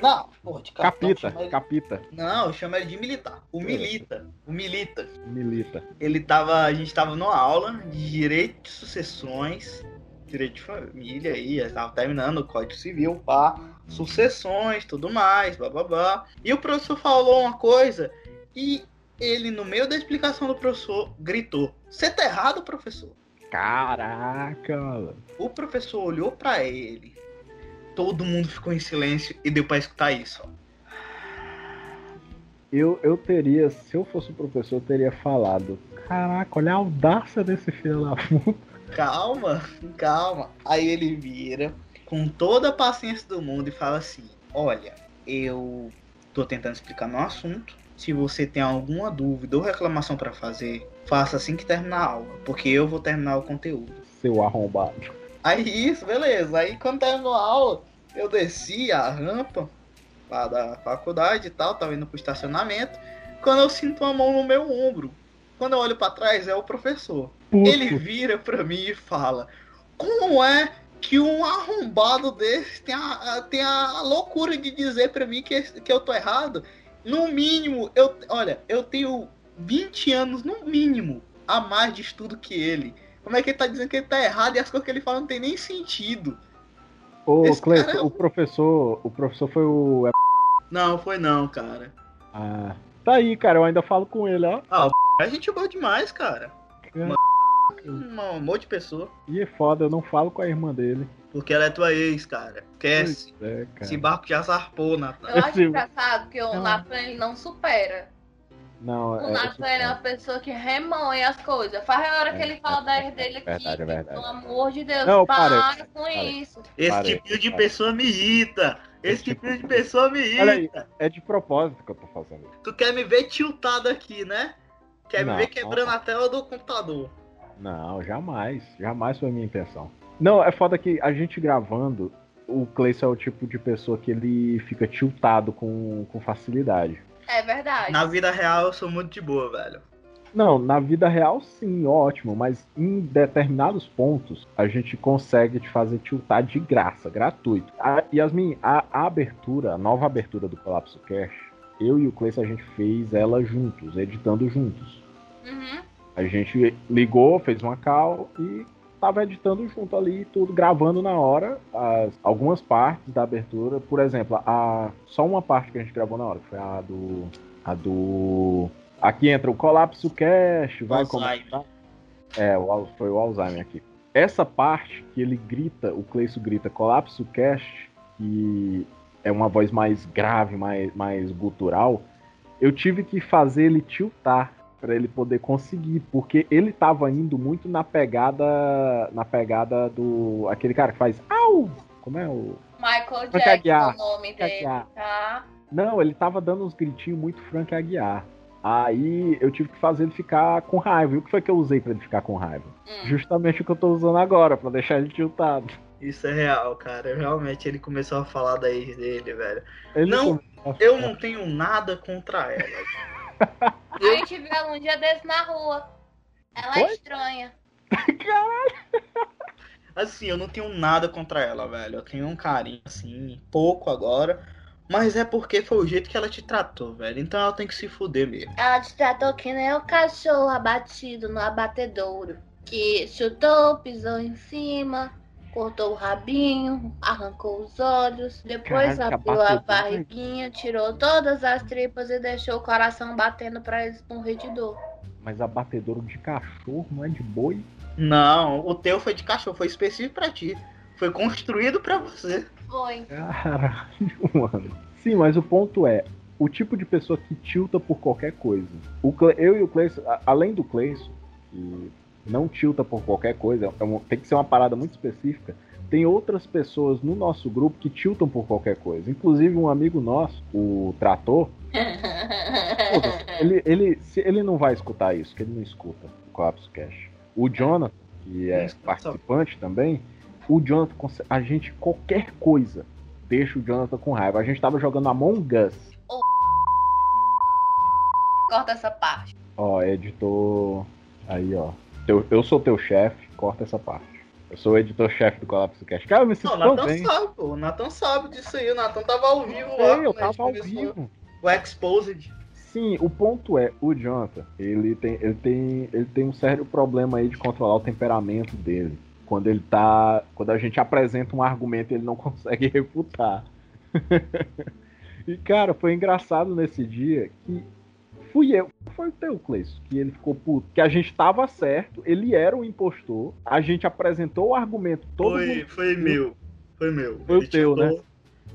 A: Não, porra, de capitão,
C: Capita,
A: chama ele-
C: capita,
A: Não, chama ele de militar. O milita. O milita.
C: milita.
A: ele tava, a gente tava numa aula de direito de sucessões, direito de família aí, tava terminando o Código Civil, pá, sucessões, tudo mais, bababá. E o professor falou uma coisa e ele no meio da explicação do professor gritou: "Você tá errado, professor".
C: Caraca, mano.
A: O professor olhou pra ele. Todo mundo ficou em silêncio e deu pra escutar isso. ó.
C: eu, eu teria, se eu fosse o professor, eu teria falado. Caraca, olha a audácia desse filho da puta.
A: calma, calma. Aí ele vira com toda a paciência do mundo e fala assim: Olha, eu tô tentando explicar meu assunto. Se você tem alguma dúvida ou reclamação pra fazer, faça assim que terminar a aula, porque eu vou terminar o conteúdo.
C: Seu arrombado.
A: Aí isso, beleza. Aí quando terminou a aula, eu desci a rampa lá da faculdade e tal, tava indo pro estacionamento. Quando eu sinto uma mão no meu ombro, quando eu olho pra trás, é o professor.
C: Puto.
A: Ele vira pra mim e fala: Como é que um arrombado desse tem a, a- tem a loucura de dizer pra mim que, que eu tô errado? No mínimo, eu. Olha, eu tenho 20 anos, no mínimo, a mais de estudo que ele. Como é que ele tá dizendo que ele tá errado e as coisas que ele fala não tem nem sentido?
C: Ô,
A: Esse
C: Cleiton,
A: cara é um-
C: o professor. O professor foi o.
A: Não, foi não, cara.
C: Ah, tá aí, cara. Eu ainda falo com ele, ó.
A: A gente boa demais, cara. Uma, um amor de pessoa.
C: E é foda, eu não falo com a irmã dele.
A: Porque ela é tua ex, cara. Esquece.
C: É,
A: Esse
C: cara.
A: barco já zarpou, Natan.
C: (laughs)
B: Eu acho
C: Esse-
B: engraçado que o
C: Não.
B: Nathan ele não supera.
C: Não,
B: O
C: é.
B: Nathan ele é uma pessoa que remanha as coisas. Faz a hora que ele fala da herdeira dele aqui. tipo,
C: Verdade, é verdade.
B: Pelo amor de Deus,
C: Não,
B: para
C: parei,
B: com
C: parei.
B: isso.
A: Esse
C: Parei,
A: tipo de
C: parei.
A: pessoa me irrita. Esse
C: Esse
A: tipo
C: tipo
A: de pessoa me
C: Olha aí.
A: irrita.
C: É de propósito que eu tô fazendo. isso.
A: Tu quer me ver tiltado aqui, né? Quer me
C: Não.
A: ver quebrando a tela do computador.
C: Não, jamais. Jamais foi a minha intenção. Não, é foda que a gente gravando, o Cleison é o tipo de pessoa que ele fica tiltado com, com facilidade.
B: É verdade.
A: Na vida real eu sou muito de boa, velho.
C: Não, na vida real sim, ótimo, mas em determinados pontos a gente consegue te fazer tiltar de graça, gratuito. A, Yasmin, a, a abertura, a nova abertura do Colapso Cash, eu e o Cleison a gente fez ela juntos, editando juntos.
B: Uhum.
C: A gente ligou, fez uma call e tava editando junto ali, tudo, gravando na hora as, algumas partes da abertura. Por exemplo, a, só uma parte que a gente gravou na hora, que foi a do. A do. Aqui entra o colapso cash, vai
A: Alzheimer.
C: começar. É, o Al- foi o Alzheimer aqui. Essa parte que ele grita, o Cleison grita colapso cash, que é uma voz mais grave, mais, mais gutural, eu tive que fazer ele tiltar para ele poder conseguir, porque ele tava indo muito na pegada na pegada do aquele cara que faz au, como é o
B: Michael
C: Frank
B: Jackson é
C: Aguiar.
B: o nome
C: Frank
B: dele,
C: Aguiar.
B: tá?
C: Não, ele tava dando uns gritinhos muito Frank Aguiar. Aí eu tive que fazer ele ficar com raiva. E o que foi que eu usei pra ele ficar com raiva?
B: Hum.
C: Justamente o que eu tô usando agora, pra deixar ele tiltado.
A: Isso é real, cara. Realmente ele começou a falar da ex dele, velho.
C: Ele
A: Não,
C: começou a
A: Eu
C: falar.
A: não tenho nada contra ela.
B: A gente viu ela um dia desse na rua. Ela é
C: Foi?
B: estranha.
A: Assim, eu não tenho nada contra ela, velho. Eu tenho um carinho, assim, pouco agora. Mas é porque foi o jeito que ela te tratou, velho. Então ela tem que se fuder mesmo.
B: Ela te tratou que nem o cachorro abatido no abatedouro. Que chutou, pisou em cima, cortou o rabinho, arrancou os olhos, depois
C: Caraca,
B: abriu a
C: abatedouro.
B: barriguinha, tirou todas as tripas e deixou o coração batendo pra eles morrer de dor.
C: (laughs) Mas abatedouro de cachorro, não é de boi?
A: Não, o teu foi de cachorro, foi específico pra ti. Foi construído pra você.
B: Foi.
C: Caralho, mano. Sim, mas o ponto é, o tipo de pessoa que tilta por qualquer coisa. O Cle- eu e o Cleison, a- além do Cleison, que não tilta por qualquer coisa, é um- tem que ser uma parada muito específica. Tem outras pessoas no nosso grupo que tiltam por qualquer coisa. Inclusive um amigo nosso, o Trator, Porra, (laughs) ele, ele, se- ele não vai escutar isso, que ele não escuta o Colapso Cash. O Jonathan, que é
D: Isso,
A: tá
C: participante também, o Jonathan, conse- a gente, qualquer coisa, deixa o Jonathan com raiva. A gente tava jogando Among Us.
B: (laughs) Corta essa parte.
C: Ó, editor. Aí, ó. Teu- eu sou teu chefe, corta essa parte. Eu sou o editor-chefe do Colapso Cash. Cara, eu
A: Não,
C: me sinto
A: o
C: tão
A: Natan
C: bem.
A: sabe, pô. O Natan sabe disso aí. O Natan tava ao vivo lá.
C: Eu, eu
A: quando a gente
C: tava ao
A: né, começou
C: vivo.
A: O Exposed.
C: Sim, o ponto é, o Jonathan, ele tem, ele tem, ele tem um sério problema aí de controlar o temperamento dele. Quando ele tá, quando a gente apresenta um argumento, ele não (laughs) consegue refutar. e cara, foi engraçado nesse dia que fui eu, foi o teu Cleis, que ele ficou puto, que a gente tava certo, ele era o impostor, a gente apresentou o argumento todo
A: Foi,
C: mundo-
A: foi meu. Foi meu.
C: Foi o teu, né?
A: chutou.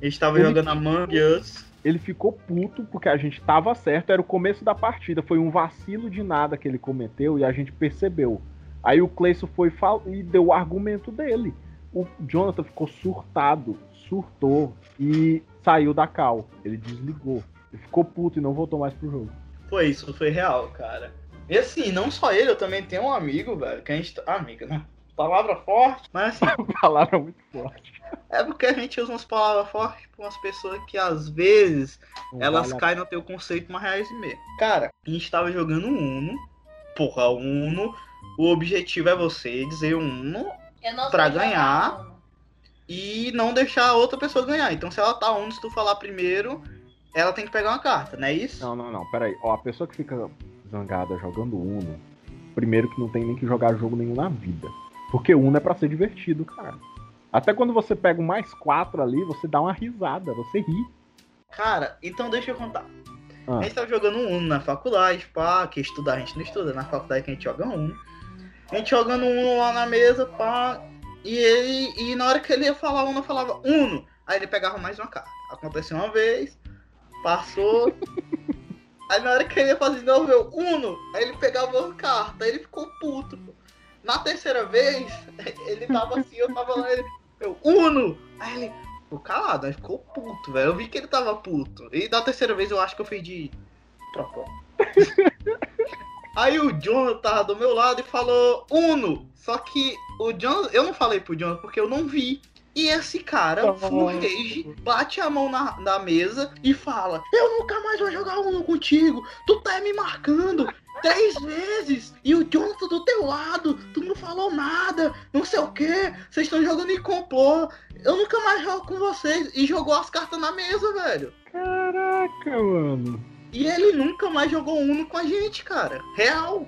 A: A gente tava
C: Ele-
A: jogando Among Us.
C: ele ficou puto porque a gente tava certo, era o começo da partida, foi um vacilo de nada que ele cometeu e a gente percebeu. Aí o Cleison foi fal- e deu o argumento dele. O Jonathan ficou surtado, surtou e saiu da cal. Ele desligou. Ele ficou puto e não voltou mais pro jogo. (laughs)
A: Foi isso, foi real, cara. E assim, não só ele, eu também tenho um amigo, velho, que a gente. Amigo, né? Palavra forte. Mas
C: (laughs)
A: assim,
C: Palavra muito forte.
A: é porque a gente usa umas palavras fortes pra umas pessoas que às vezes
C: Não
A: Elas
C: vale a-
A: caem no teu conceito, mas reais mesmo. Cara, a gente tava jogando Uno. Porra, Uno. O objetivo é você dizer Uno
B: Eu não sei
A: Pra
B: jogar
A: ganhar.
B: Uno.
A: e não deixar a outra pessoa ganhar. Então, se ela tá Uno, se tu falar primeiro, ela tem que pegar uma carta, não é isso?
C: Não, não, não. Peraí. Ó, a pessoa que fica zangada jogando Uno, primeiro que não tem nem que jogar jogo nenhum na vida. Porque Uno é pra ser divertido, cara. Até quando você pega um mais quatro ali, você dá uma risada, você ri.
A: Cara, então deixa eu contar.
C: Ah.
A: A gente tava jogando Uno na faculdade, pá, que estudar a gente não estuda, na faculdade que a gente joga Uno. A gente jogando Uno lá na mesa, pá, e ele, e na hora que ele ia falar Uno, eu falava Uno, aí ele pegava mais uma carta. Aconteceu uma vez, passou, aí na hora que ele ia fazer de novo, eu Uno, aí ele pegava uma carta, aí ele ficou puto. pô. Na terceira vez, (laughs) ele tava assim, eu tava lá, ele, eu Uno, aí ele, Ficou calado, aí ficou puto, velho. Eu vi que ele tava puto. E da terceira vez eu acho que eu fiz de. propósito. aí o John tava do meu lado e falou Uno. Só que o John. Eu não falei pro John porque eu não vi. E esse cara,
C: Nossa.
A: full rage, bate a mão na, na mesa e fala: Eu nunca mais vou jogar Uno contigo. Tu tá me marcando três vezes. E o John tá do teu lado. Tu não falou nada. Não sei o que. Vocês estão jogando em complô. Eu nunca mais jogo com vocês. E jogou as cartas na mesa, velho.
C: Caraca, mano.
A: E ele nunca mais jogou Uno com a gente, cara. Real.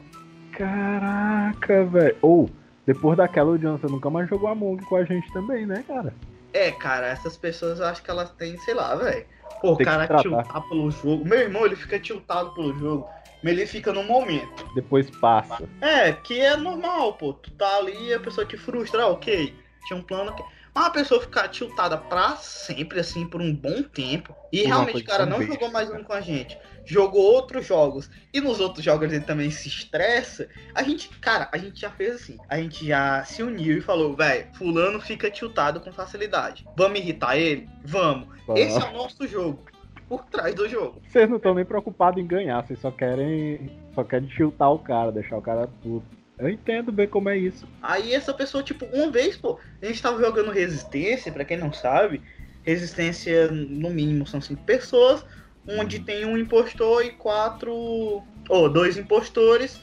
C: Caraca, velho. Ou, depois daquela, o Jonathan nunca mais jogou Among com a gente também, né, cara?
A: É, cara, essas pessoas eu acho que elas têm, sei lá, velho. Pô, o
C: Tem que
A: cara
C: tratar.
A: tiltar pelo jogo. Meu irmão, ele fica tiltado pelo jogo. Mas ele fica no momento.
C: Depois passa.
A: É, que é normal, pô. Tu tá ali e a pessoa te frustra, ah, ok. Tinha um plano aqui. Mas a pessoa ficar tiltada pra sempre, assim, por um bom tempo. E
C: Uma
A: realmente o
C: coisa
A: cara
C: tão
A: não
C: besta,
A: jogou mais
C: cara.
A: um com a gente. Jogou outros jogos. E nos outros jogos ele também se estressa. A gente, cara, a gente já fez assim. A gente já se uniu e falou, velho, fulano fica tiltado com facilidade. Vamos irritar ele? Vamos. Esse é o nosso jogo. Por trás do jogo.
C: Vocês não estão nem preocupados em ganhar, vocês só querem. Só querem tiltar o cara, deixar o cara puto. Eu entendo bem como é isso.
A: Aí essa pessoa, tipo, uma vez, pô, a gente tava jogando resistência, pra quem não sabe, resistência no mínimo são cinco pessoas,
C: Uhum.
A: onde tem um impostor e quatro. ou dois impostores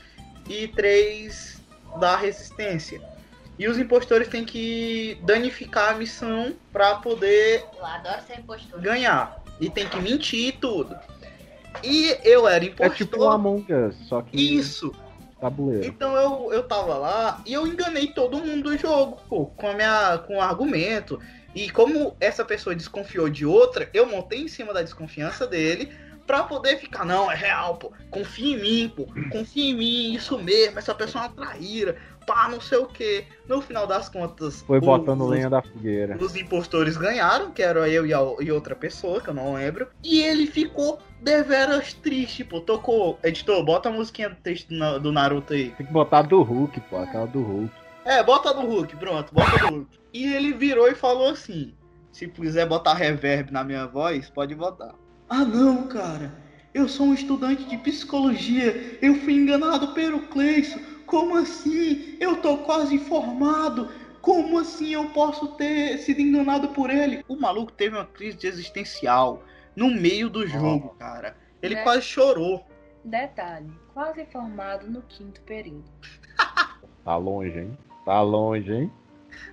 A: e três da resistência. E os impostores têm que danificar a missão pra poder
B: Eu adoro ser impostor.
A: ganhar. E tem que mentir e tudo. E eu era
C: É
A: impostor.
C: tipo um Among Us, só que
A: Isso.
C: tabuleiro.
A: Então eu, eu tava lá e eu enganei todo mundo do jogo, pô, com a minha com o argumento. E como essa pessoa desconfiou de outra, eu montei em cima da desconfiança dele pra poder ficar, não, é real, pô. Confia em mim, pô. Confia em mim, isso mesmo, essa pessoa é uma traíra. pá, não sei o que. No final das contas.
C: Foi
A: o-
C: botando
A: os-
C: lenha da fogueira.
A: Os impostores ganharam, que era eu e, a- e outra pessoa, que eu não lembro. E ele ficou deveras triste, pô. Tocou. Editor, bota a musiquinha triste do Na- do Naruto aí.
C: Tem que botar do Hulk, pô, aquela do Hulk.
A: É, bota no Hulk, pronto, bota no Hulk. E ele virou e falou assim: se quiser botar reverb na minha voz, pode botar. Ah não, cara, eu sou um estudante de psicologia, eu fui enganado pelo Cleiton. Como assim? Eu tô quase formado. Como assim eu posso ter sido enganado por ele? O maluco teve uma crise de existencial no meio do jogo, cara. Ele
B: Né?
A: quase chorou.
B: Detalhe, quase formado no quinto período.
C: Tá longe, hein? Tá longe, hein?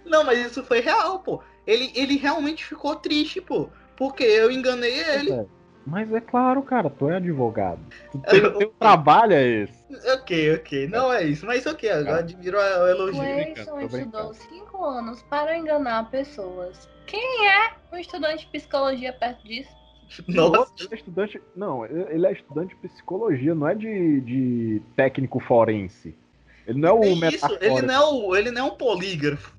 A: Não, mas isso foi real, pô. Ele, ele realmente ficou triste, pô. Porque eu enganei ele.
C: É. Mas é claro, cara, tu é advogado. Tu tem, teu trabalho é esse.
A: Ok, ok. Não é isso, mas ok. Eu admiro a- o elogio.
B: Clayson
C: brincando, né, tô
B: estudou cinco anos para enganar pessoas. Quem é um estudante de psicologia perto disso?
A: (laughs) Nossa,
C: Ele é estudante. Não, ele é estudante de psicologia, não é de, de técnico forense. Ele não é o
A: é isso.
C: metafórico.
A: Ele não é, o, ele não é um polígrafo.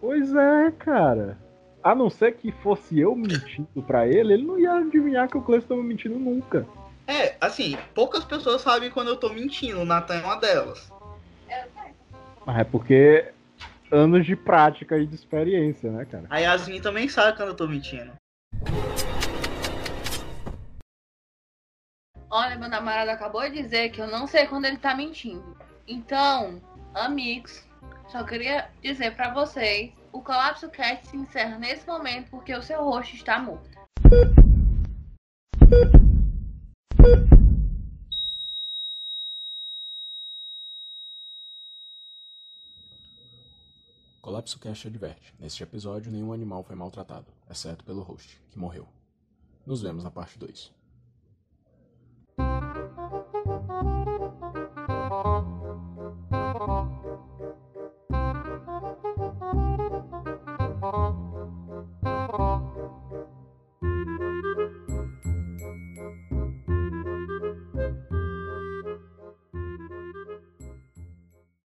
C: Pois é, cara. A não ser que fosse eu mentindo pra ele, ele não ia adivinhar que o Cleiton tava mentindo nunca.
A: É, assim, poucas pessoas sabem quando eu tô mentindo. O Natan é uma delas.
C: Mas é porque anos de prática e de experiência, né, cara?
A: A Yasmin também sabe quando eu tô mentindo.
B: Olha, meu namorado acabou de dizer que eu não sei quando ele tá mentindo. Então, amigos, só queria dizer pra vocês, o Colapso Cast se encerra nesse momento porque o seu rosto está morto.
E: Colapso Cash adverte: neste episódio, nenhum animal foi maltratado, exceto pelo host, que morreu. Nos vemos na parte 2.